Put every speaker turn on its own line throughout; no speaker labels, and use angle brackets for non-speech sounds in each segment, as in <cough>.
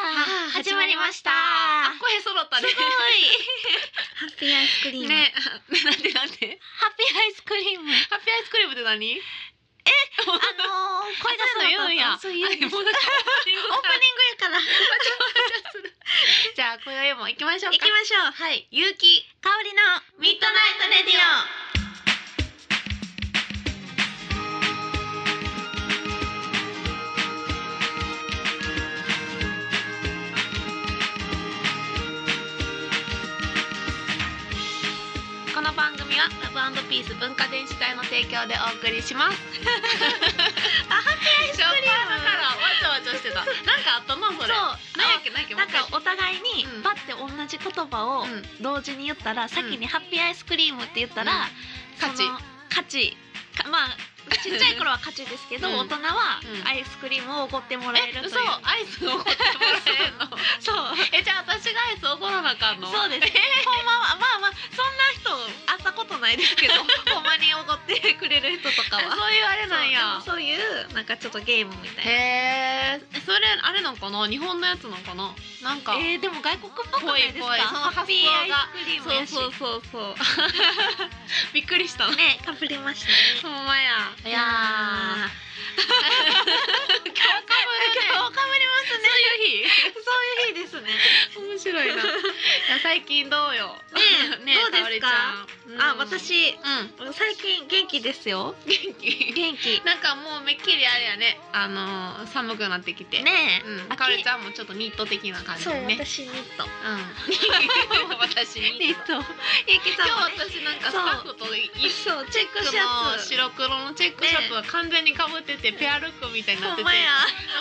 始まりました
あ
す
声揃った
ごい
ね
ハッピーアイスクリーム、
ね、ねなんでなんで
ハッピーアイスクリーム
ハッピーアイスクリームって何え
あの
<laughs>
ー、声出すの言うんや
そういうんです
もうなんか
オープニングやからじゃあ今宵も行きましょう
行
か
きましょう
はい、ゆうき
香りの
ミッドナイトレディオこの番組はラブピース文化電子隊の提供でお送りし <laughs> ます
最
<laughs>
初からわちゃわちゃしてたなんかあったなそ
そ
れ
う
なんやっけなんやっけ
なんかお互いに
うん
パッて同じ言葉を
うん
同時に言ったら、先にハッピーアイスクリームって言ったら、
うん勝
そ
ち
の勝ちかまあちっちゃい頃は勝ちですけど、
うん
大人は
うん
アイスクリームをおごってもらえる
え
という、
嘘アイスを奢ってもらえんの
そう
えじゃあ私がアイス奢らなあかんの
そうです、ほんまはまあまあそんな人会ったことないです <laughs> けどほんまにおごってくれる人とか
あ
は
そういうあれなんや
そうでもそういうなんかちょっとゲームみたいな
へえそれあれなんかな日本のやつなんかななんか、
えー、でも外国っぽくないですか
ぽいぽいその
ハッピーアイスクリーム
そう
やし
そうそうそうびっくりしたな
ねかぶりましたね
ほんまや
いやー
今日かぶる
かぶ
ね
ります
そういう日
そういう日ですね。
面白いな。いや最近どうよ。
ねえどうですか
かおりちゃん
あ、
うん
私
うん
最近元気ですよ。
元気。
元気。
なんかもうめっきりあれやね。あのー寒くなってきて。。
ねえ、
うん。かおりちゃんもちょっとニット的な感じ
そう
でね。うん。
私ニット。
私ニット。
ト。ゆき
今
さ
日
んはね。
私なんかスタッフと一緒
そうチェックシ
の
ャツ。
白黒のチェックシャツは完全にかぶっててペアルックみたいになってて、あ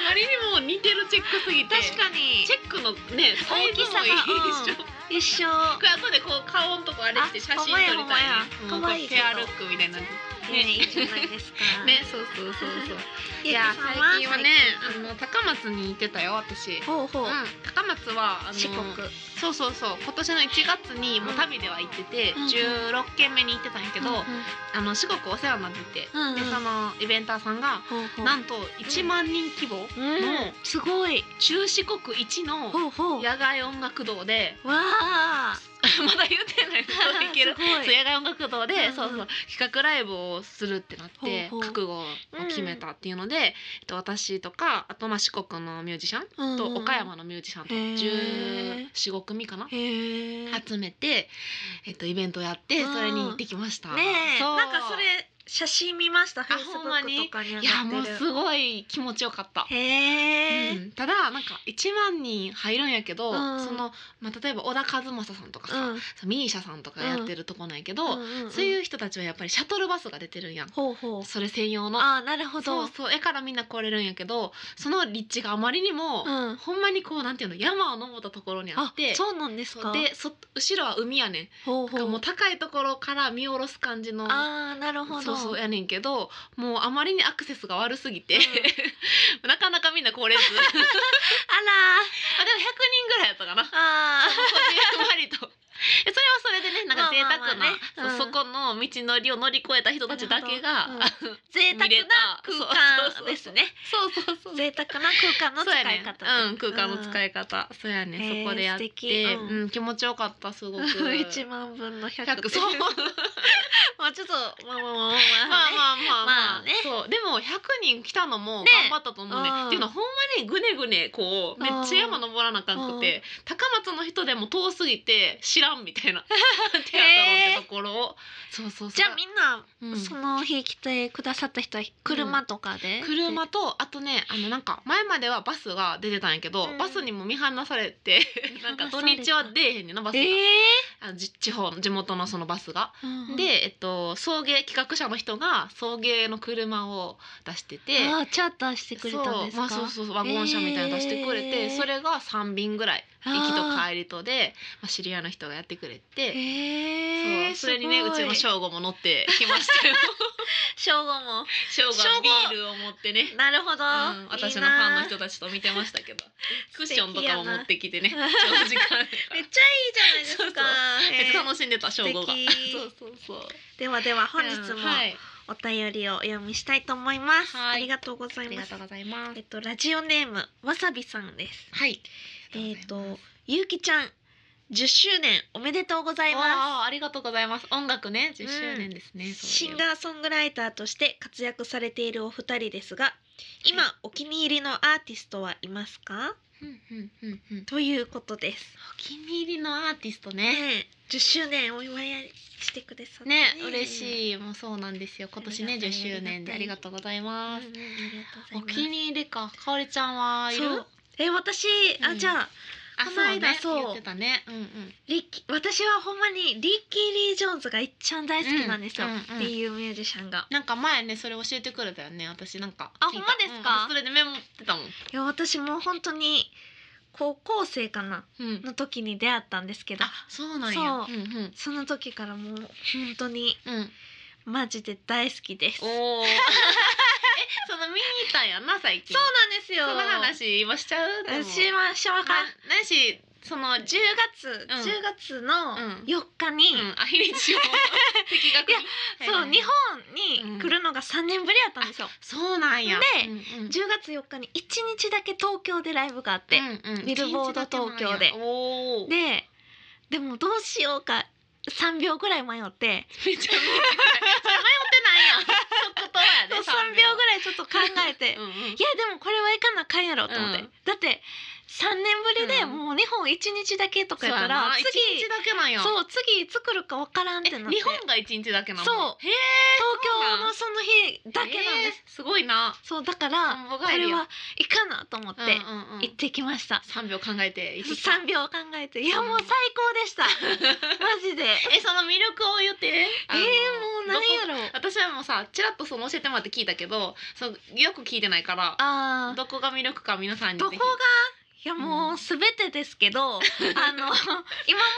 まりにも似てるチェックすぎて
確かに
チェックのねサイズ
大き
も一
さ
緒
が一緒。
これ後でこう顔のとこあれして写真撮りたいね
あほんまやほんま
うん
や可愛いけ
ペ
ど
アルックみたいなね
ねいいじゃないですか。
ねそうそうそうそう
ゆき
いや
さん
最近はねあの高松に行ってたよ
最
私
近。ほうほう
うん。高松はあの
四国。
そうそうそう今年の1月にもう旅では行ってて、
うん
16軒目に行ってたんやけど、
う
あの四国お世話になってて、
んうん
でそのイベンターさんが、
ほうほう
なんと1万人規模の
うんすごい。
中四国一の
ほうほう。わ
野外音楽堂で、
あ。
<laughs> まだ言ってないそういけ
<laughs>
る
すごい
そう野外音楽堂で、
うんうん
そうそう企画ライブをするってなって
ほうほう
覚悟を決めたっていうので、えっと私とかあとまあ四国のミュージシャン
うんうん
と岡山のミュージシャンと
へー
1 4 5組かな
へえ。
集めて、えっと、イベントやって
うん
それに行ってきました。
ねえ
そう
なんかそれ写真見ましたフェイスブ
ほんまに
ックとかに上
いやも
がっ
う
てる
すごい気持ちよかった。
へえ、
うん、ただなんか1万人入るんやけど、
うん
その、まあ、例えば小田和正さんとかさ、
うん
ミーシャさんとかやってるとこなんやけど、
んん
そういう人たちはやっぱりシャトルバスが出てるんやん
ほうほう
それ専用の
ああなるほど
そうそう絵からみんな来れるんやけどその立地があまりにも、
うん
ほんまにこうなんていうの山を登ったところにあ
あ
って
そうなんですか
でそ後ろは海やねん
ほう
だか
ほ
ら
う
もう高いところから見下ろす感じの
ああなるほど
そうそうやねんけどもうあまりにアクセスが悪すぎて、 <laughs> なかなかみんな来れずあでも100人
あ
ぐらいやったかな。
らーあ
そ <laughs> こじんわりとえそれはそれでねなんか贅沢
まあまあ
な、
まあねうん
そうそこの道のりを乗り越えた人たちだけが、
なる贅沢
見れ
な
た
空
そうそうそ
間
う
ですね
そうそうそう
贅沢な空間の使い
そうや
方
ね、うん空間の使い方、そうや
へ
ね
ー
そこでやって
素、敵
う
うん
気持ちよかったすご <laughs> く
一万分の百
100そう
<laughs> まあちょっとまあまあまあ
ま
まあ
あまあまあま
ま
あ
あね
そうでも100人来たのも
ね
頑張ったと思うね
うん
っていうのはほんまにぐねぐねこうめっちゃ山登らなあかんくて高松の人でも遠すぎて知らんみた <laughs> いな手当たろうってところをそうそうそう
じゃあみんな、
うん
その日来てくださった人は車とかで、
車とあとねあのなんか前まではバスが出てたんやけど、
うん
バスにも見放さ
<laughs>
れてなんか土日は出えへんねんなバスが、
ええ
あのじ地方の地元のそのバスが。
うん
で、えっと、送迎企画者の人が送迎の車を出してて。
あーチャーターしてくれたんですか。
そうまあ、そうそうワゴン車みたいなの出してくれて、
えー
それが3便ぐらい
あー
行きと帰りとで、まあ、知り合いの人がやってくれて、
へえ
そうそれにねうちの
正
正吾も乗ってきまし
<laughs>
たよ
正午も
正吾
正
は
吾
ビールを持ってね、
なるほど、
うん、私のファン
い
の
いな
人たちと見てましたけどクッション
素
と
敵や
か
な
も持ってきてね長時間
めっちゃいいじゃないですか
そうそうめっちゃ楽しんでた正吾
素
が
敵
そうそうそう
ではでは本日も
はい、
お便りをお読みしたいと思います、
はい
ありがとうござ
あ
い
り
ま
が
す
とうございます
えっとラジオネームわさびさんです
はい
えっ、とゆうきちゃん10周年おめでとうございま
あーありがとうございます。音楽ね、10周年ですね。
す。
そ
シ
ういえ
ン
ば
ガーソングライターとして活躍されているお二人ですが、今、お気に入りのアーティストはいますか？
うんうんうんうん。
ということです。
お気に入りのアーティスト
ね
ね。
え、10周年お祝いしてくださって
ね、嬉
い。
しい。もうそうなんですよ。今年ね、
ありがたい
10周年でありがとうござい
うんうんあ
ます。
りがとう
お
ござい
気に入りか、かおりちゃんはいる。
そうます。え、私、
う
あ、
ん
じゃあ、
あ、
こ
そう
の間
ね、
そう
言ってたね。うんうん。
リッキ私はほんまにリッキー・リー・ジョーンズが一ちゃん大好きなんですよ、
うんうんうん
っていうミュージシャンが
なんか前ね、それ教えてくれたよね。私なんか
あ
聞い
ほ
た。
んまですか
うんそれでメモってたもん。
いや私もう本当に高校生かな
うん。
の時に出会ったんですけど
あ、そうなんや。
そ
んうん。
その時からもう本当に
うん。
マジで大好きですそうなんで <laughs>
おお。え、その見に行ったんやんな最近。
すよ
その話今しちゃうでも
しましょうか、
ななしその
10
じ
月、
うん
10月の
うん
4日に、
うんあ日にちを的確に
<laughs> そう日本に来るのが3年ぶりやったんですよ、
そうなんや
で
うんうん
10月4日に1日だけ東京でライブがあって、
うんうん
ビルボード東京で
一日だけなんやおお
ででもどうしようか3秒ぐらい迷って
めちゃめちゃ迷ってない <laughs> やん即答やで
3秒ぐらいちょっと考えて、
うんうん
いやでもこれはいかなあかんやろと思って、
うん
だって3年ぶりで
うん
もう日本1日だけとか
そう
やっ
や
たら、
な一
次
日だけなんや
そう次いつ来るかわからんっ
え
て
日
なって東
本が一日だけなの
そう
へえ
京のその日だけなんです、
すごいな
そうだから
うん
こ
僕がいる
れ
よ
はいかなと思って
うんうんうん
行ってきました、
三秒考えて行ってきた
3秒考えていやもう最高で
<laughs>
したマジで
えその魅力を言ってえ
えー、もうなんやろ
私はもうさちらっとその教えてもらって聞いたけどそうよく聞いてないから
あー
どこが魅力か皆さんに
ど
ぜ
こ
ひ
がいやも
う
うんすべてですけ
<laughs>
ど、あの今もう63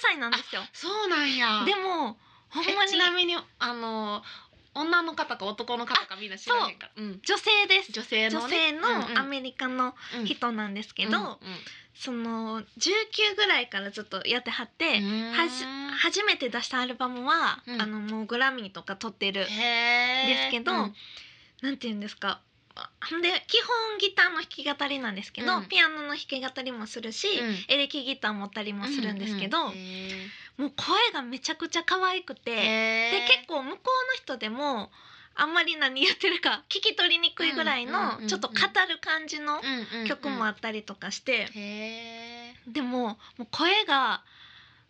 歳なんですよ
そうなんや
でもほんま
え
に
ちなみにあの女の方か男の方かみんな知らないからうん、
女性です
女性の、
女
ね、
性
うんうん
のアメリカの
うん
人なんですけど、
うん
その19ぐらいからずっとやってはって、
うん
はじ初めて出したアルバムは、
うん
あのもうグラミーとか取ってる
へー
ですけど
うん
なんて言うんですかほんで基本ギターの弾き語りなんですけど、
うん
ピアノの弾き語りもするし、
うん
エレキギター持ったりもするんですけど、
うんうんへ
もう声がめちゃくちゃ可愛くて。
ーへ
で
ー
結構向こうの人でもあんまり何言ってるか聞き取りにくいぐらい
うんうんうんう
の
ん
ちょっと語る感じの
うんうんうん
曲もあったりとかして
へ
でももう声が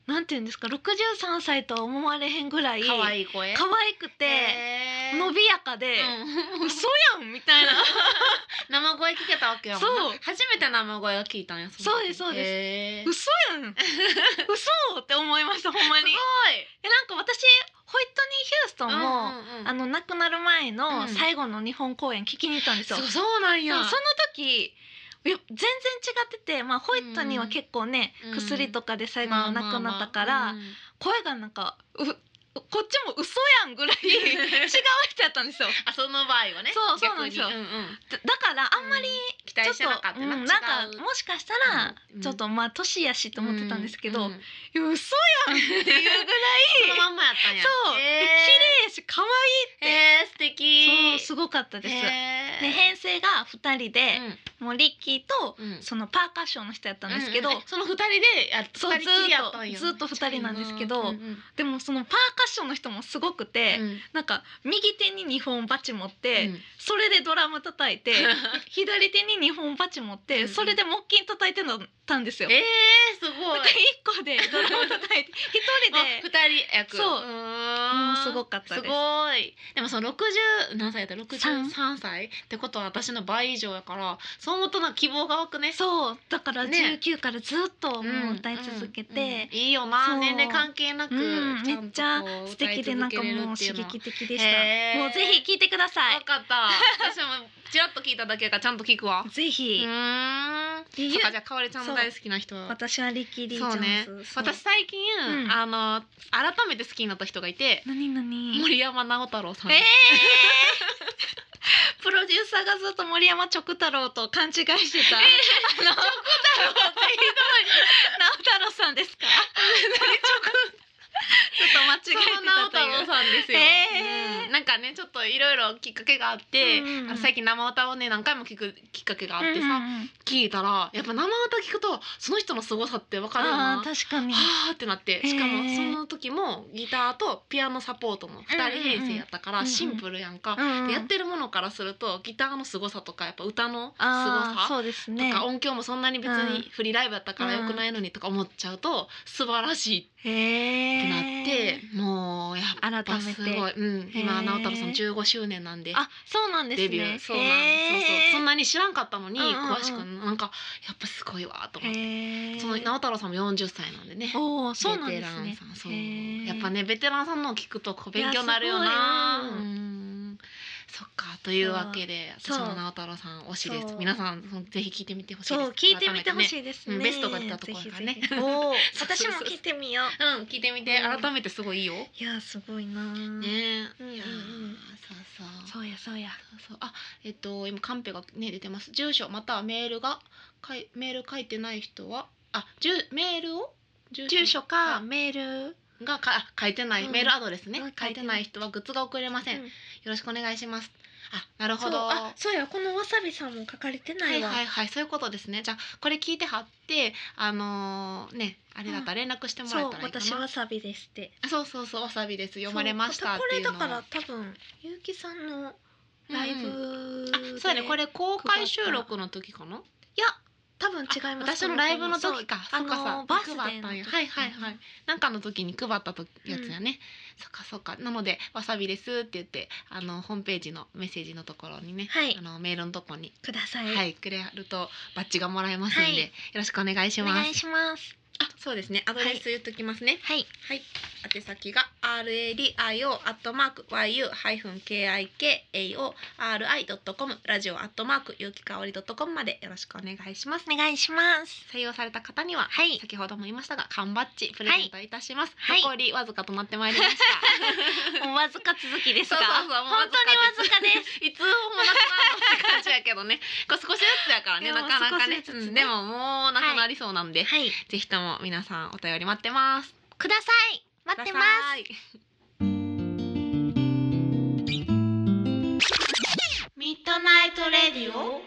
なんていうんですか63歳とは思われへんぐらい
ー可愛い声
可愛くて
へー
伸びやかで
うん
嘘やんみたい
<laughs>
な
生声聞けたわけやもんな
そう
初めて生声が聞いたんやの時
そうですそうです
へー
嘘や
<laughs>
ん嘘って思いましたほんまに
す
えなんか私ホイットニー・ヒュースト
ごい
ンも、
うんうんうん
あの亡くなる前
う
の
ん
最後の日本公演聞きに行ったんですよ
そう、そうなんや
そうその時いや全然違ってて、まあ、ホイットには結構ね、
うん
薬とかで最後
まあ
も
まあ
亡くなったから、
ま
<laughs>
あうん
声がなんかうこっちも嘘やんぐらい <laughs> 違う人やったんですよ
あその場合はね
そうそうなんですよ
逆にうんうん
だだからあんまり
期
ちょ
待
っ
してなかっ
と、
たな
うん
違う
なんかもしかしたら
うん
ちょっとまあ年やしと思ってたんですけど、
うう
いや嘘やんっていうぐらい
そのまんまやったんや
そう、
へ
綺麗し可
ーへ
愛い
ー素
そう
敵
すごかったです。
へー
で編成が2人で、もうリッキーと
うんうん
そのパーカッションの人やったんですけど、
うんうんえその二人でや
そう
二人きりやったんや
ずっとずっと二人なんですけど
うんうん
でもそのパーカッションの人もすごくて、
うん
なんか右手に2本バチ持って、
うん
それでドラム叩
<laughs>
いて左手に2本バチ持っ
うん
て
うん
それで木琴叩いてたんですよ。
えー、すごい
1。個でドラム叩いて一
<laughs> あ
人で
二人役。
そう
ーん
もうすごかったです
すごい。でもその六十何歳だった六十三歳ってことは私の倍以上やから、そう思うとなんか希望が湧くね。
そうだから
ね
19からずっと
ん
もう歌い続け
うんうん
て、
いいよ
そ
な
う
年齢関係なく、
うん
ち
め
ゃ
っ
ん
ち
とこ
ゃ
う
素敵でなんかもう
歌い
刺
続けれる
激
ってい
的でし
へ
た。
ー
もうぜひ聴いてくださ
うのはい分。かった私もちらっと聞いただけやからちゃんと聞くわ
ぜ
う
ひ、
ーん
理由
そうかじゃあかおりちゃんの大好きな人は
私はリッキー・リー・ジョ
そうね
ーンズ。そう
私最近、
うん
あの改めて好きになった人がいて
何何
森山直太朗さん
ええープロデューサーがずっと森山直太郎と勘違いしてた。直太郎って言うのに、直太郎さんですか。ちょっと間違えて
その直
たと
太
い
朗
う。
さんですよ、
へー
うんなんかねちょっといろいろきっかけがあって、
うんうん
あの最近生歌をね何回も聞くきっかけがあって
うん
さ、
うんうん
聞いたらやっぱ生歌聞くとその人の凄さって分かるよ
あ
な
ー確かに。
はーってなってしかも
へー
その時もギターとピアノサポートも2人編成やったか
うんうんう
ら
ん
シンプルやんか、
うんうん
でやってるものからするとギターの凄さとかやっぱ歌の凄
あー
さ
そうです
と
ね。
か音響もそんなに別
うん
にフリーライブやったからよくないのにとか思っちゃうと素晴らしいっ
へ
て
え。
なってもうやっぱ
改め
す
て
ごい、うん、
へ
今
ー
直太朗さん15周年なんで。
あ、そうなんですね。
デビューそうなんそうそうそん
へ
なに知らんかったのに
うんうんうん
詳しくなんかやっぱすごいわと思って
ーへー
その直太朗さんも40歳なんでね
おお、そうなんで
ベテラ
す
ン
ね
さ。んそう
へー
やっぱねベテランさんのを聞くとこう勉強になるよない
やすごい
うんそっかというわけで
そう
私も直太朗さん推しで
そ
す
う
皆さんそのぜひ聞いてみてほしいです
そう、聞いてみてほ
改め
しいですね。
うんベストが出たところだね
ぜひぜ
<laughs>
ひおお、
そう
私
そう
も聞いてみよう。
ねうん聞いてみて
うん
改めてすごいいいよね
いや、すごいなー。う
え
んうんうん
いやーそうそう
そうや、そうや。
そうそうあえっと今カンペがね出てます住所またはメールがかいメール書いてない人はあじゅメールを
住所かメール。
がかあ書いてない、
うん
メールアドレスね、
うん
書いてない人はグッズが送れません、
うん
よろしくお願いしますあなる
そ
ほ
う、
ど
あ、そうや、このわさびさんも書かれてな
はいい
わ。
はいはいそういうことですねじゃあこれ聞いてはってあのーねあれだったら連絡してもらえ
そう
たらいいかな、
私わさびですって
あそうそうそうわさびです読まれました
そう
っ
こ
て
れ
いうの
だ
を
から多分ゆうきさんのライ
うんうん
ブで、
あそうやねこれ公開収録の時かない
や多分違います
私のライブの時か
そう
そっか
あ
さ
のバースデーの
配ったんや
時
はいはいは
う
い
ん
なんかの時に配ったとやつやね、そっかそっかなので「わさびです」って言ってあのホームページのメッセージのところにね、
はい
あのメールのとこに、
ください、
はい、くれるとバッジがもらえますんで、
はい
よろしくお願いし
お
ます
願いします
あそうですねアドレス言っときますね
はい
はい、宛先が radio アットマーク yu ハイフン kiKAO ri ドットコムラジオアットマーク有機香りドットコムまでよろしくお願いします
お願いし <laughs> ます
採用された方には、
はい
先ほども言いましたが缶バッジプレゼントいたします、
はい
残りわずかとなってまいり
<laughs>
ました、
もうわずか続きですが
そうそうそうもうわ
本
ずか
当にわずかです
いつもなくなるのって感じやけどねこう少しずつやから
い
ね
や
なかなか
もう
ね
少しずつね
うんでももうなくなりそうなんで、
はい
ぜひとも皆さんお便り待ってます
ください待ってます
ミッドナイトレディオ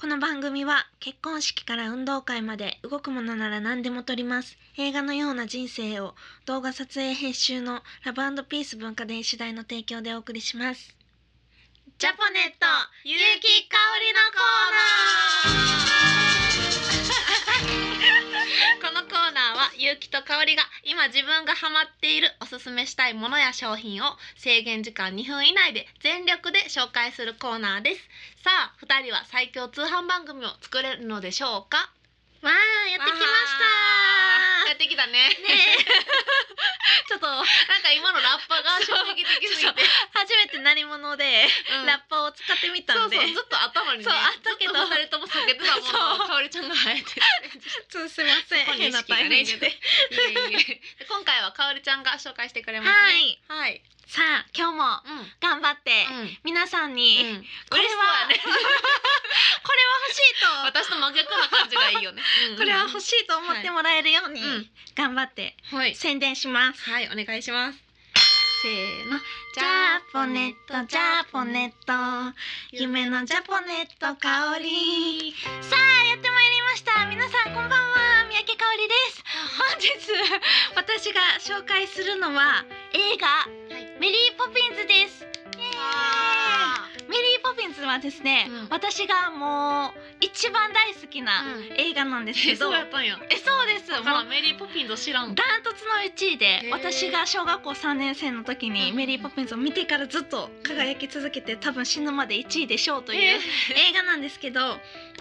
この番組は結婚式から運動会まで動くものなら何でも撮ります映画のような人生を動画撮影編集のラブピース文化電子代の提供でお送りしますジャポネット
ゆ
ゆうきかおりのコ
こ <laughs> のコーナーはゆうきと香りが今自分がハマっているおすすめしたいものや商品を制限時間2分以内で全力で紹介するコーナーですさあ二人は最強通販番組を作れるのでしょうか
ーナーわーやってきました
やってきたね
<laughs> ねえ
ちょっとなんか今のラッパが衝撃的すぎて
初めて鳴り物で、
うん
ラッパを使ってみた
そ
ん
う
で
そうずっとあったのにね
そうあったけど
ずと二人とも避けてたものを香りちゃんが生え <laughs> て
そうすいませ
そこに意
変な
識が
タ
ね
イミングで
いえいえで今回は香りちゃんが紹介してくれますねはい、はい、
<laughs> さあ今日も
うん
頑張って、
うん
皆さんに、
うん、
これ
嬉しそうやね
これは欲しいと
<laughs> 私と真逆な感じがいいよね
これは欲しいと思ってもらえるように
はいうん
頑張って
はい、
宣伝します。
はい、お願いしますせーの
ジャポネットジャポネット夢のジャポネット香りさあやってまいりました皆さんこんばんは三宅香りです本日私が紹介するのは映画、
い
メリーポピンズですイエーイメリーポピンズはですね、
うん
私がもう一番大好きな
うん
映画なんですけ
え
ど、
そうやったんや
えそうです
だか
もう
らメリーポピンズ知らん
ダントツの1位で
へー
私が小学校3年生の時にメリー・ポピンズを見てからずっと輝き続けて多分死ぬまで1位でしょうという
え
映画なんですけど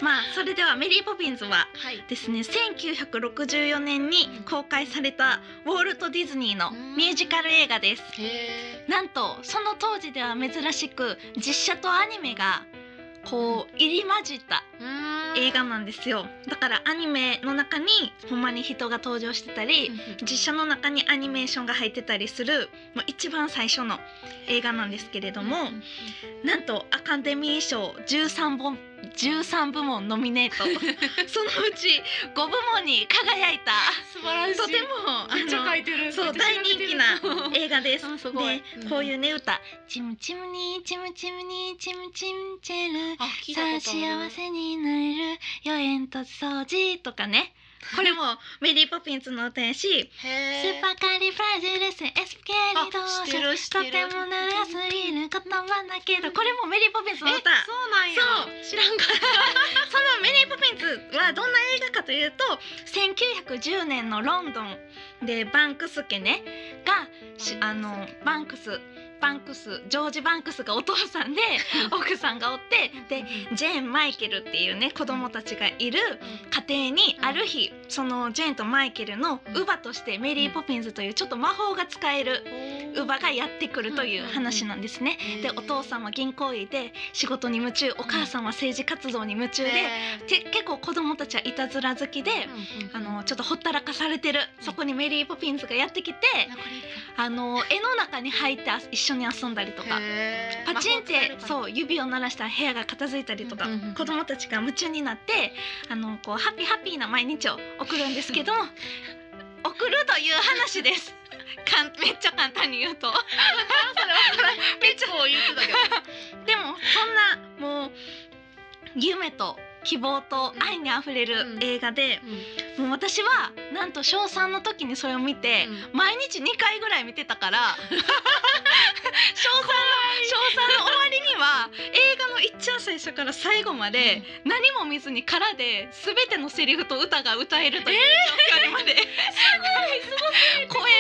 まあそれではメリー・ポピンズは
ーはい
ですね1964年に公開されたウォルト・ディズニーのミュージカル映画です。
へ
なんとその当時では珍しく実写とアニメがこう入り混じった
ー
映画なんですよだからアニメの中にほんまに人が登場してたり実写の中にアニメーションが入ってたりする、まあ、一番最初の映画なんですけれども、なんとアカデミー賞13本13部門ノミネー
<laughs>
トそのうち5部門に輝いた
素晴らしい
とてもあ
めっちゃ
の
書いてる
そう大人気な映画です。
あすごい
で、
うん
こういうね歌「チムチムニーチムチムニーチムチムチェル」
あ聞いた
さあ
ことあ
幸
る
せになれるよ煙突掃除とか
<laughs>
ねこれもメリーポピンズの歌やし「ス
へ
ーパーカリフラジルレスエスプケリド
あ
ー
知っ
シ
て
ャ」
る知って
と
る
てもならすぎる言葉だけどこれもメリーポピンズ
え
の歌
そうなんや
そう知らんかったそのメリー・ポピンズはどんな映画かというと1910年のロンドンでバンクス家ねがしあのバンクスバンクスジョージ・バンクスがお父さんで奥さんがおってでジェーン・マイケルっていうね子供たちがいる家庭にある日そのジェーンとマイケルの乳母としてメリー・ポピンズというちょっと魔法が使える
うん
乳母がやってくるという話なんですね。でお父さんは銀行員で仕事に夢中お母さんは政治活動に夢中で、
へー
て結構子供たちはいたずら好きで、
うんうん
あのちょっとほったらかされてるそこにメリー・ポピンズがやってきて、
なんかこれいいか
あの絵の中に入ってあ一緒に遊んだりとか。
へー
パチンって
魔法使えるから
そう指を鳴らしたら部屋が片付いたりとか、
うんうんうん
子供たちが夢中になってあのこうハッピーハッピーな毎日を送るんですけど <laughs> 送るという話です。かんめっちゃ簡単に言うと。
結構言ってたけど
でもそんなもう夢と希望と愛にあふれる映画で、もう私はなんと小3の時にそれを見て、
うん
毎日2回ぐらい見てたから
<laughs>
小3の小3の終わりには映画のいっちゃ最初から最後まで、何も見ずに空で全てのセリフと歌が歌えるという状況にまで、すごいすごい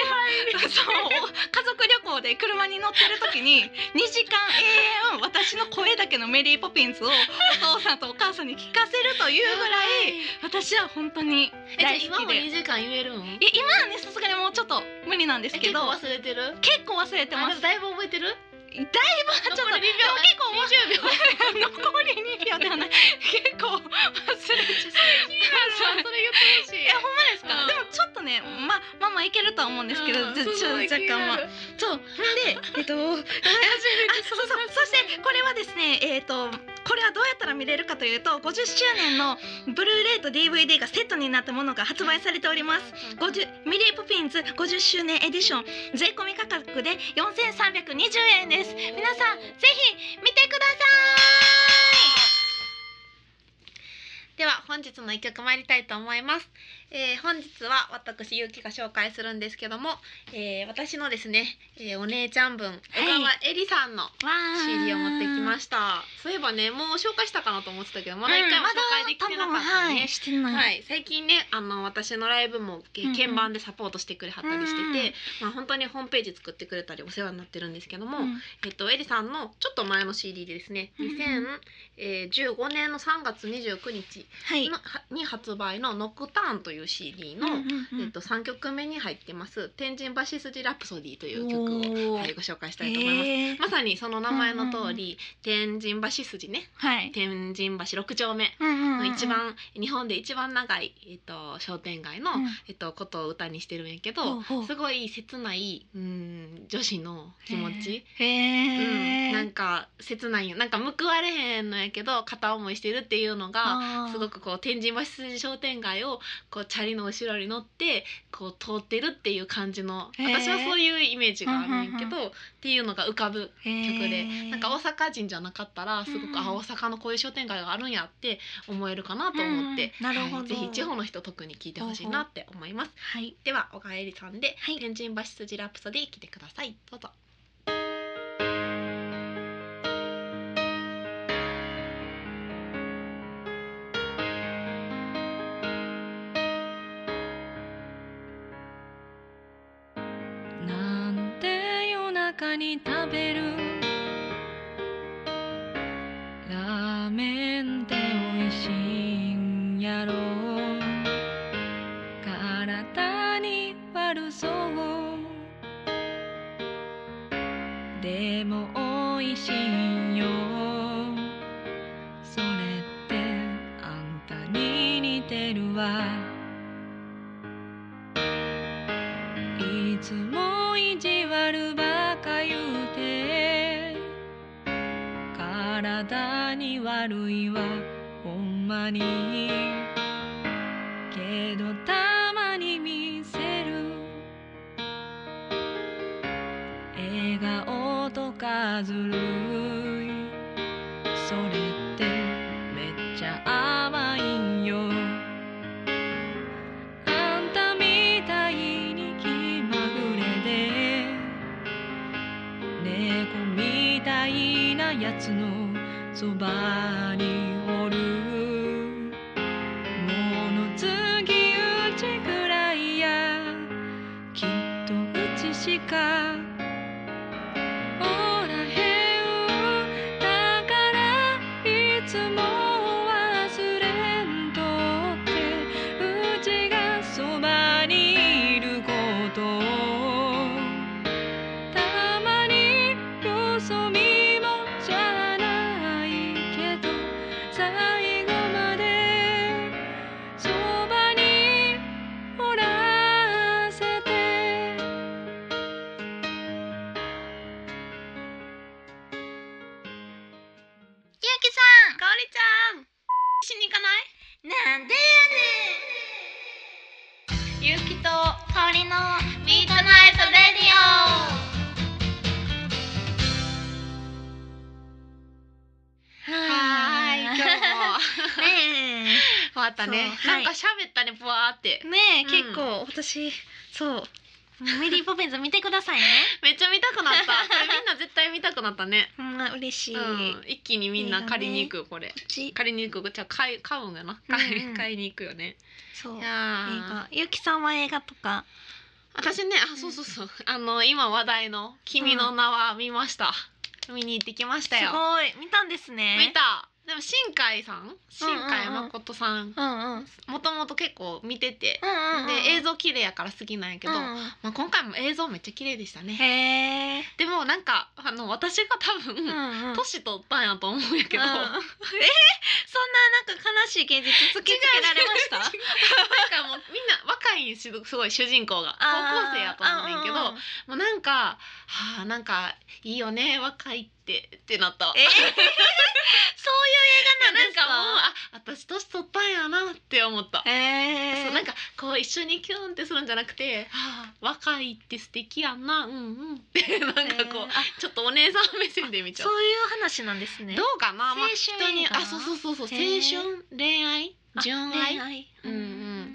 そう家族旅行で車に乗ってる時に2時間永遠私の声だけのメリーポピンズをお父さんとお母さんに聞かせるというぐらい私は本当に
えじゃあ
大好
今
き
も
で
2時間言えるん
いや今はねさすがにもうちょっと無理なんです
え
け
結
ど
構忘れてる
結構忘れてま
あ
す
でもだいぶ覚えてる
だいぶちょっと
残
で
り
<laughs> も結構20秒 <laughs> 残り2秒ではない結構忘れちゃう
それ言ってほしい
いやほんまですか、
うん
でもちょっとねままあまあいけるとは思うんですけど、ちょちょ若干まあそうほん <laughs> でえっとあそうそうそしてこれはですねえっ、とこれはどうやったら見れるかというと50周年のブルーレイと DVD がセットになったものが発売されております50ミリー・ポピンズ50周年エディション税込み価格で4320円です皆さんぜひ見てくださ
<laughs> では本日の一曲参りたいと思います、えー本日は私ゆうきが紹介するんですけども、えー私のですね、えーお姉ちゃん分小川えりさんの
い
CD を持ってきま
し
した、そういえばねもう紹介したかなと思ってたけどま
た
だ一回も
ま
紹介でき
だ
てなか
多分
った
は
ね
い、してない、
はい、最近ねあの私のライブもえ
うんうん
鍵盤でサポートしてくれはったりして
うんうん
て、まあ、本当にホームページ作ってくれたりお世話になってるんですけども、
うん
えっと、エリさんのちょっと前の CD でですね
うん
2015年の3月29日
はい
のはに発売の「ノクターン」という CD の、
うんうんうん
えっと、3曲目に入ってます「天神橋筋ラプソディ」という曲を、
おー
はい、ご紹介したいと思います。
へー
まさにその名前の通り、天神橋筋ね
はい。
天神橋6丁目
うんうんうんうん
一番日本で一番長い、えっと、商店街の、
うん
えっと、ことを歌にしてるんやけ
ほ
ど
うほう
すごい切ないうん女子の気持ち、
へ
う
え。
ん、なんか切ないよなんか報われへんのやけど片思いしてるっていうのが
あー
すごくこう天神橋筋商店街をこうチャリの後ろに乗ってこう通ってるっていう感じの
へー
私はそういうイメージがあるんやけど、っていうのが浮かぶ
へー
曲でなんか大阪人じゃなかったらすごく、
うん
あ大阪のこういう商店街があるんやって思えるかなと思って、
うんうんなるほど
はいぜひ地方の人特に聞いてほしいなって思います
はい。
では小川えりさんで、
はい
天神橋筋ラプソディ聞いてくださいどうぞ
なんて夜中に食べるラーメンって美味しいんやろ体に悪そうでも美味しいよそれってあんたに似てるわいつも意地悪ばか言うて帰体に悪いわほんまにけどたまに見せる笑顔とかずるいそれってめっちゃ甘いんよあんたみたいに気まぐれで猫みたいなやつのそばにおる物好きうちくらいやきっとうちしかおらへんだからいつも忘れんとってうちがそばにいることをたまによそ見もじゃないけど最後までそばにおらせて
ゆうきさんかおりちゃんしに行かないなんでやねんゆうきとかおりのミートナイトレディオ
はい今日も
ね
<laughs> 終わったね、
そうはい
なんか喋ったねぶわーって
えねえ、結構私そうメリーポペンズ見てくださいね
めっちゃ見たく
<laughs>
なったこれみんな絶対見たくなったね、
ほんま嬉し
う
い、
ん、一気にみんな借りに行くこれ
ち
借りに行くじゃあ買い買うんやな買い,、
うんうん
買いに行くよね
そう
い
映
やー
画ゆきさんは映画とか
私ねあそうそう <laughs> そうあの今話題の「君の名は」見ました、見に行ってきまし
す
たよ
ごい見たんですね
見たでも新海さん新海
うんうんうん
誠さん
うんうんうんうん
もともと結構見てて
うんうん
で映像綺麗やから好きなんやけど、
うんうん
まあ、今回も映像めっちゃ綺麗でしたね
へえ
でもなんかあの私が多分、
うんうん
年取ったんやと思うんやけど、
うんえそんななんか悲しい現実突きつけられました
なんかもうみんな若いしすごい主人公が高校生やと思うねんけど
あーうんうん
もうなんかはあなんかいいよね若いってってなったわ
えそういう映画なん
な
で
ん
す
か
か
もうあ私年取ったんやなって思った、
へえ
そうなんかこう一緒にキュンってするんじゃなくてはあ若いって素敵やんなうんうんってなんかこう、
あ
ちょっとお姉さん目線で見ちゃ
そうういう話なんですね
どうかな、まあ、
青
人
春
に
映画
あそうそうそうそう青
へー
春恋愛
あ
純愛
恋愛
うんう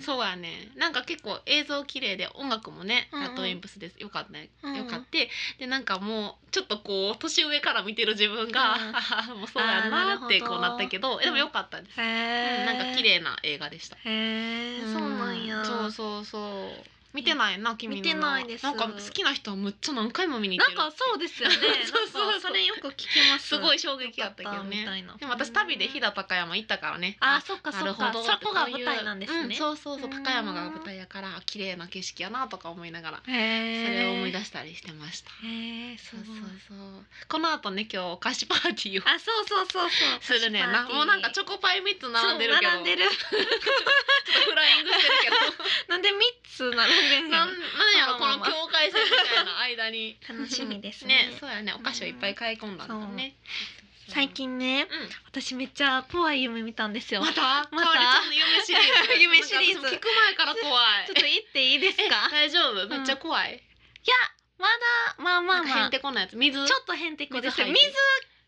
ん、そうやねなんか結構映像綺麗で音楽もね
うんうん
ラトインプスですよかったね
うんうん
よかってでなんかもうちょっとこう年上から見てる自分が、
うん
あ <laughs> もうそう
あ
やなーって
ーなるほど
こうなったけどえでもよかったです、
へ
う
え
んなんか綺麗な映画でした、
へえそうなんや
そうそうそう見てないな君の
見てないです
なんか好きな人はむっちゃ何回も見に行っ
な
て
ん
る
かそうですよね
そうそうそう
なんかそれよく聞きます
すごい衝撃やったけ
よ
ど
かみた
ね
いな
でも私旅で飛騨高山行ったからね
あそっか
な
そ
る
っ
ほ
か
ど
そこが
って
舞
いう
台なんです
うん
ね
そうそうそう
うん
高山が舞台やから綺麗な景色やなとか思いながら
そ
それを思い
し
出したりしてました
たへえ
そ
そうう
そ
そうう
そうこの後ね今日お菓子パーティーを
あそうそうそうそう
するねんなもうなんかち
ょっ
ょこパイ3つ並んでるけど
並んで
る
る
フライングしてる
なんで三つ並んでる
け
ん
<laughs> ど
や
なんなんやろ
そ
こ
のま
の
ま
境界線みたいな間に
楽しみですね
ねそうやねお菓子をいっぱい買い込んだんだね
最近ね
う
私めっちゃ怖い夢見たんですよ
んまた
また
かおりちゃんの <laughs> 夢シリーズ
夢シリーズ
なんか私も聞く前から怖い
ちょっと言っていいですかいや
え大丈夫めっちゃ怖い
まだまあまあ
なんか
ま
へ
あち
んてこないやつ水
ょっとへんてこです
水
水
入って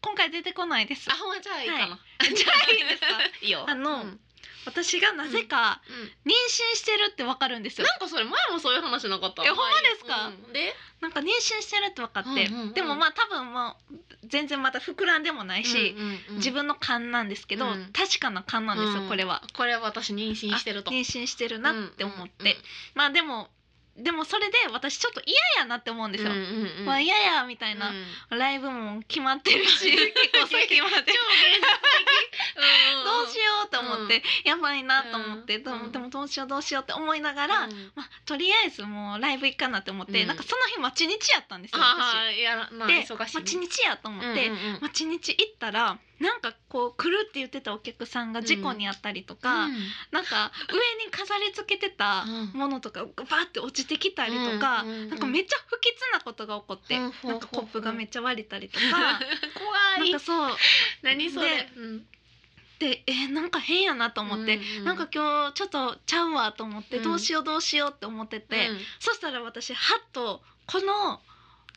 今回出てこないです
あほんまじゃあいいかな、
は
<laughs> じゃあいいですか <laughs> いいよ
あの
うんうん
私がなぜか妊娠してるってわかるんですよ
なんかそれ前もそういう話なかった
えほんまですか
うんで
なんか妊娠してるって分かって、
うんうんうん
でもまあ多分もう全然また膨らんでもないし、
うんうんうん
自分の勘なんですけど、
うん
確かな勘なんですよ、
うん
これは。
これは私妊娠してると
あ妊娠してるなって思って、まあでもでもそれで私ちょっと嫌やなって思うんですよ。
うんうんうん
まあ嫌やみたい
うん <laughs>
な、ライブも決まってるし結構先まで
超現実的
どうし
よ
ようと思って、やばいなと思って、
うん
でもでもどうしようどうしようって思いながら、まあ、とりあえずもうライブ行かなって思って、
うん
なんかその日待ち日やったんですよ私。
ああいやまあ
で
忙しい
待ち日やと思って、
うんうんうん
待ち日行ったらなんかこう来るって言ってたお客さんが事故にあったりとか、
うん
なんか上に飾り付けてた
うん
ものとかバーって落ちてきたりとか、
うんうんうん
なんかめっちゃ不吉なことが起こって、
ほうほうほう
なんかコップがめっちゃ割れたりとか
怖
ないんかそう
何それ
で
うん
でえーなんか変やなと思って、
うんうん
なんか今日ちょっとちゃうわと思って、
うん
どうしようどうしようって思ってて、
うん
そしたら私はっとこの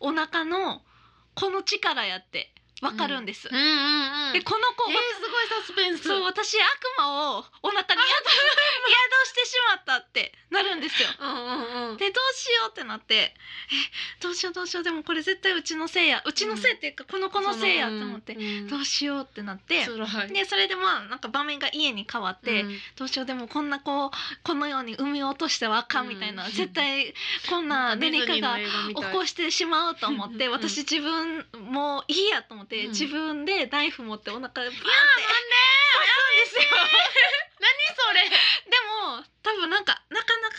お腹のこの力やってわかるんです。
うんうんうん
でこの子、
えーすごいサスペンス
そう私悪魔をお
<laughs>
腹に宿宿してしまったってなるんですよ。
うんうんうん
でどうしようってなってえどうしようどうしようでもこれ絶対うちのせいやうちのせいっていうかこの子のせいやと思って、
そのうん
どうしようってなって。
辛い
でそれでまあなんか場面が家に変わって、
うん
どうしようでもこんな子をこのように産み落としてはあかんみたいな、
うん
絶対こんな
ディ
何
ズ
か
ニーの
が
映画み
起
たい
こしてしまうと思っ
う
て
ん
私自分もういいやと思って、
うん
自分でナイフ持ってお腹バーって刺すんですよ。
何それ
でも多分なんかなかなか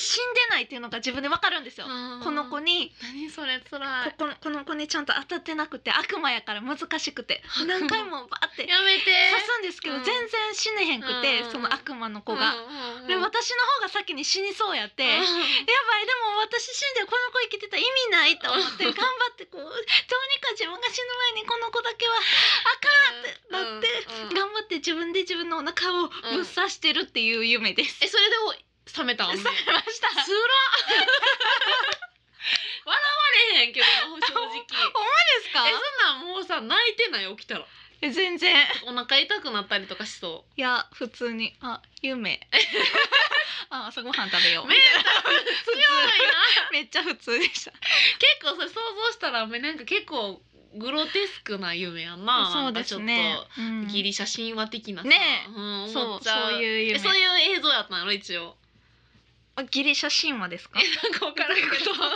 死んでないっていうのが自分でわかるんですよ。この子
に
に
何それ辛
ここ
い
のこの子にちゃんと当たってなくて悪魔やから難しくて何回もバーって刺
やめて
すんですけど
うん
全然死ねへんくて
うん
その悪魔の子が。
が
で私の方が先に死にそうやって。
うん
やばいでも私死んでこの子生きてたら意味ないと思って頑張ってこうどうにか自分が死ぬ前にこの子だけはあかんって
うん
な
う
っ
ん
て頑張って自分で自分のお腹をぶっ刺してるっていう夢です。
えそれでお冷めた
刺
ん
されました。 <laughs>
つら笑われへんけどな正直
ほん
<laughs> え
ま
そんなんもうさ泣いてない起きたら
ですか？全然
お腹痛くなったりとかしそ
いや普通にあ
<laughs>
夢あ朝ごはん食べよう
め
み
った
いな
う強いな
めっちゃ普通でした。
結構それ想像したらめなんか結構グロテスクな夢やな
そうですね
なんか。
うん
ちょっとギリシャ神話的なさ
ねえ
うん、
そ
思っ
う
ちゃ
そう
う
いう
え
夢。
そういう映像やったんやろ一応
あギリシャ神話ですか？
なんか分からんけど <laughs> ダー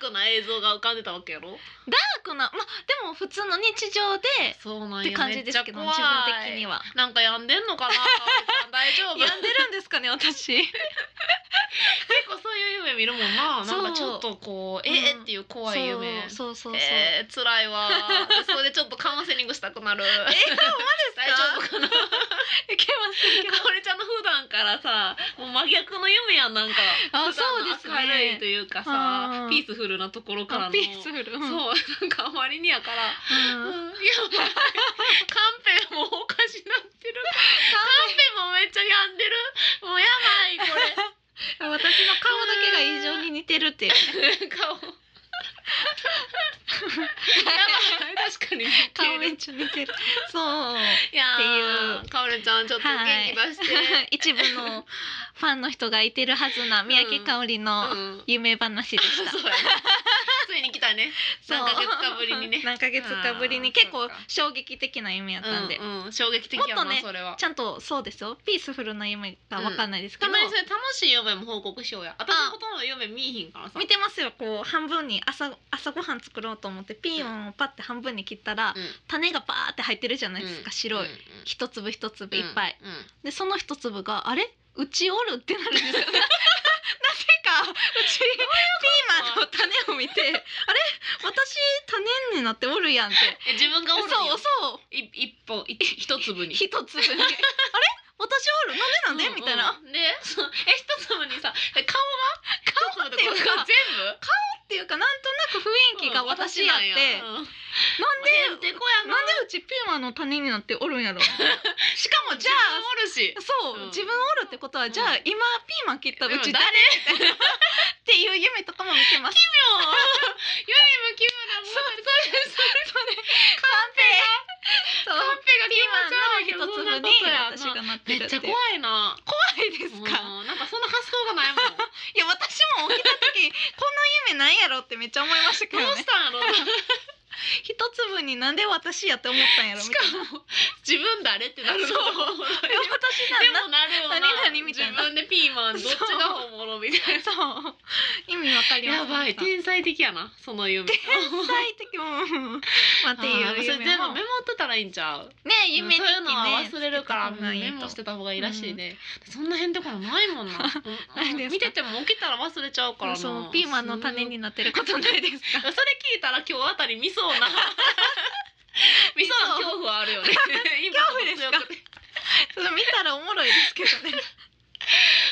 クな映像が浮かんでたわけやろ
<laughs> なまあでも普通の日常で
そうなんや
って感じですけど
めっ
自
ちゃ
分
怖い
的には。
なんか病んでんのかなかおりちゃん大丈夫
病んでるんですかね私。 <laughs>
結構そういう夢見るもんな
<laughs> そ
な
うん
かちょっとこう、
うん
えーっていう怖い夢
そうそうそうそう。
えー、辛
<laughs>
いわそれでちょっとカウンセリングしたくなる
えー、ほんまですか
大丈夫かなか
いけますいけます
おりちゃんの普段からさもう真逆の夢やんなんか
あ
普段
そ
の
うですね
明るいというかさ
うん
ピースフルなところから
あ
の
ピースフル。
そう
うん
なんかあまりにやから、うん、いや
うん
も
<laughs>
うカンペもおかしなってるカンペもめっちゃ病んでるもうやばいこれ
私の顔だけが異常に似てるっていう。 <laughs>
顔やばい確かに似て
顔めっ
る
ちゃ似てる。 <laughs> そう。
いや
ってい
ーかおれちゃんちょっと元気出して、
一部のファンの人がいてるはずな三宅香織の
うん
夢話でした。<laughs>
<laughs> そうやなついに来たね
そう
何ヶ月かぶりにね
何ヶ月かぶり
あ
に
ー
結構
そうか
衝撃的な夢やったんで。
うんうん、衝撃的やな、
もっとね
それは
ちゃんとそうですよピースフルな夢がわかんないですけ
た
ど、
まにそれ楽しい夢も報告しようや私のことの夢見いひんからさ
見てますよこう半分に朝朝ごはん作ろうと思ってピーヨンをパッて半分に切ったら、
うん
種がパーって入ってるじゃないですか、白い、
うん
一粒一粒
うん
いっぱい、
うん
でその一粒があれうちおるってなるんですよ
<laughs>
なぜかうちピーマンの種を見てあれ私種になっておるやんって
え自分がお
そう
るんよ
そう
い一本い一粒に
一粒
<laughs>
にあれ私おるなんでなんで、みたいなあっ <laughs>
うんうんでそうえ一粒にさえ顔は
顔っていうか
一粒とこ全部
ていうかなんとなく雰囲気が私やって、
うんうん
なんで
へんてこやな
なんでうちピーマンの種になっておるんやろしかもじ
じ
ゃ
ゃ
あ
あおるし
そう、
うん
自分おるってことはじゃあ、
うん
今ピーマン切 <laughs> ったう
でも
ち誰
誰
っていう夢とかも見てます
よ夢も奇妙な物語
そう
カンペが
ピ
気
ー
持ち悪いけ
マン
ど
の
そん
一粒に私
なことやな
がなって
め
る
っ
って
ちゃ怖いな
怖いですか、
うんなんかその発想がないも
<laughs>
んど
いや私も起きた時この夢なんやろってめっちゃ思いましたけど
う
ね
したんやろうな
一粒になんで私やって思ったんやろ
し
みたいな
かも自分誰ってなるの
そうでも私
<laughs>
な
で
んだ
もなるよな
何々みたいな
自分でピーマンどっちが本物みたいな
そう意味わかり
や
ま
ばい
天
天才的やなその夢天
才的もんまあっていう
それ全部
夢も
メモってたらいいんちゃう
ね夢
そういうのは
ね
忘れるから
つけた方がいい
メ
と
モしてた方がいいらしいね、そんな変ところないもん <laughs> な
ないですか
見てても起きたら忘れちゃうからな
そうピーマンの種になってることないです
そ
か
れ聞いたら今日あたり見そう <laughs> な見そうな恐怖はあるよね
恐怖ですか
今の強くて
<laughs> それ見たらおもろいですけどね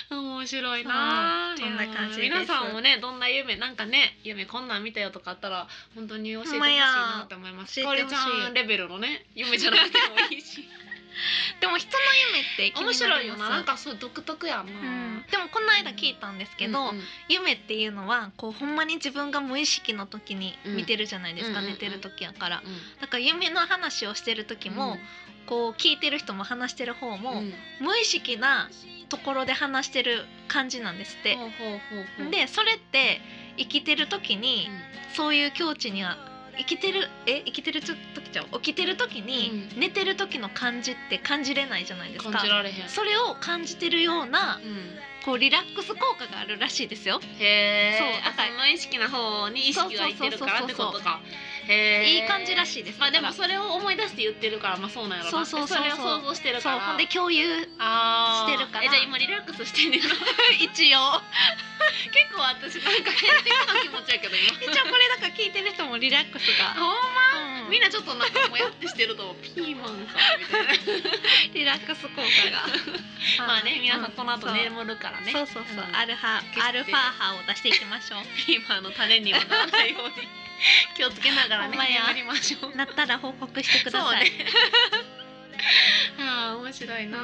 面白いなあ
そうそんな感じです
いや皆さんもねどんな夢なんかね夢こんなん見たよとかあったら本当に教えてほしいなと思います
ほん
かお
まや
りちゃんレベルの <laughs> ね夢じゃなくてもいいし
<laughs> でも人の夢って気になり
面
ます
白いよななんかそう独特やな、
うん、でもこの間聞いたんですけど、
うんうん
夢っていうのはこうほんまに自分が無意識の時に見てるじゃないですか、
うん
寝てる時やから、
うん
だから夢の話をしてる時も、こう聞いてる人も話してる方
うん
も、
うん
無意識なところで話してる感じなんですって
ほ、うほうほうほう
でそれって生きてる時にそういう境地には生きてるえ生きてる時ちゃう起きてる時に、
う
寝てる時の感じって感じれないじゃないです
うん
か
感じられへん、
それを感じてるような
うん
こうリラックス効果があるらしいですよ
へえ
そうだから
その意識の方に意識がいってるからってことかへえ
いい感じらしいです
まあでも
だか
それを思い出して言ってるからまあそうなんやろな
そうそうそうそう
れを想像して
ら
る
そ
か
う
ら
ほんで共有
あー
してるから
えじゃあ今リラックスしてんねんな
<laughs>
結
一応
構私なんか変的な気持ちやけど今
一応これだから聞いてる人もリラックス
<laughs>
が、
ほんま
うん
みんなちょっとなんかもやってしてると思うピーマンかみたいな
リラックス効果が
まあね皆さんこの後
ね
眠るからね
そうそうそう、
ん
アルファ
決して
アルファ波を出していきましょう
ピーマンの種にはならないように <laughs> 気をつけながら
ほん
ね
まや
眠りましょう
なったら報告してください、
そうね <laughs> ああ面白いな、ほ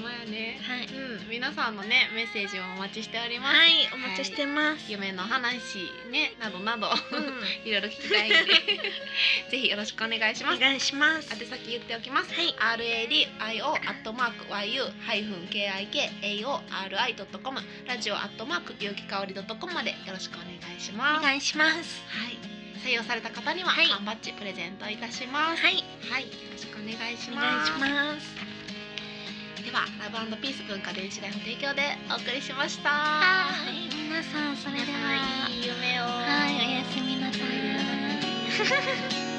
んまやね
はい
うん皆さんのねメッセージをお待ちしております、
はいお待ちしてます、
夢の話ねなどなど
うん
いろいろ聞きた
<laughs>
いんでぜひよろしくお願いしま
お
す
願いします
宛先言っておきます
はい
RADIO アットマーク YU-KIKAORI.com ラジオアットマークゆうきかおり .com までよろしくお願いし
お
ますはい
願いします
採用された方には
はい
缶バッジプレゼントいたします
はい
はい、よろしくお願いし
お願
ま
い
す
します
ではラブピース文化電子代の提供でお送りしました
はい皆さんそれで
皆
は
さんいい夢を
はいおやすみなさい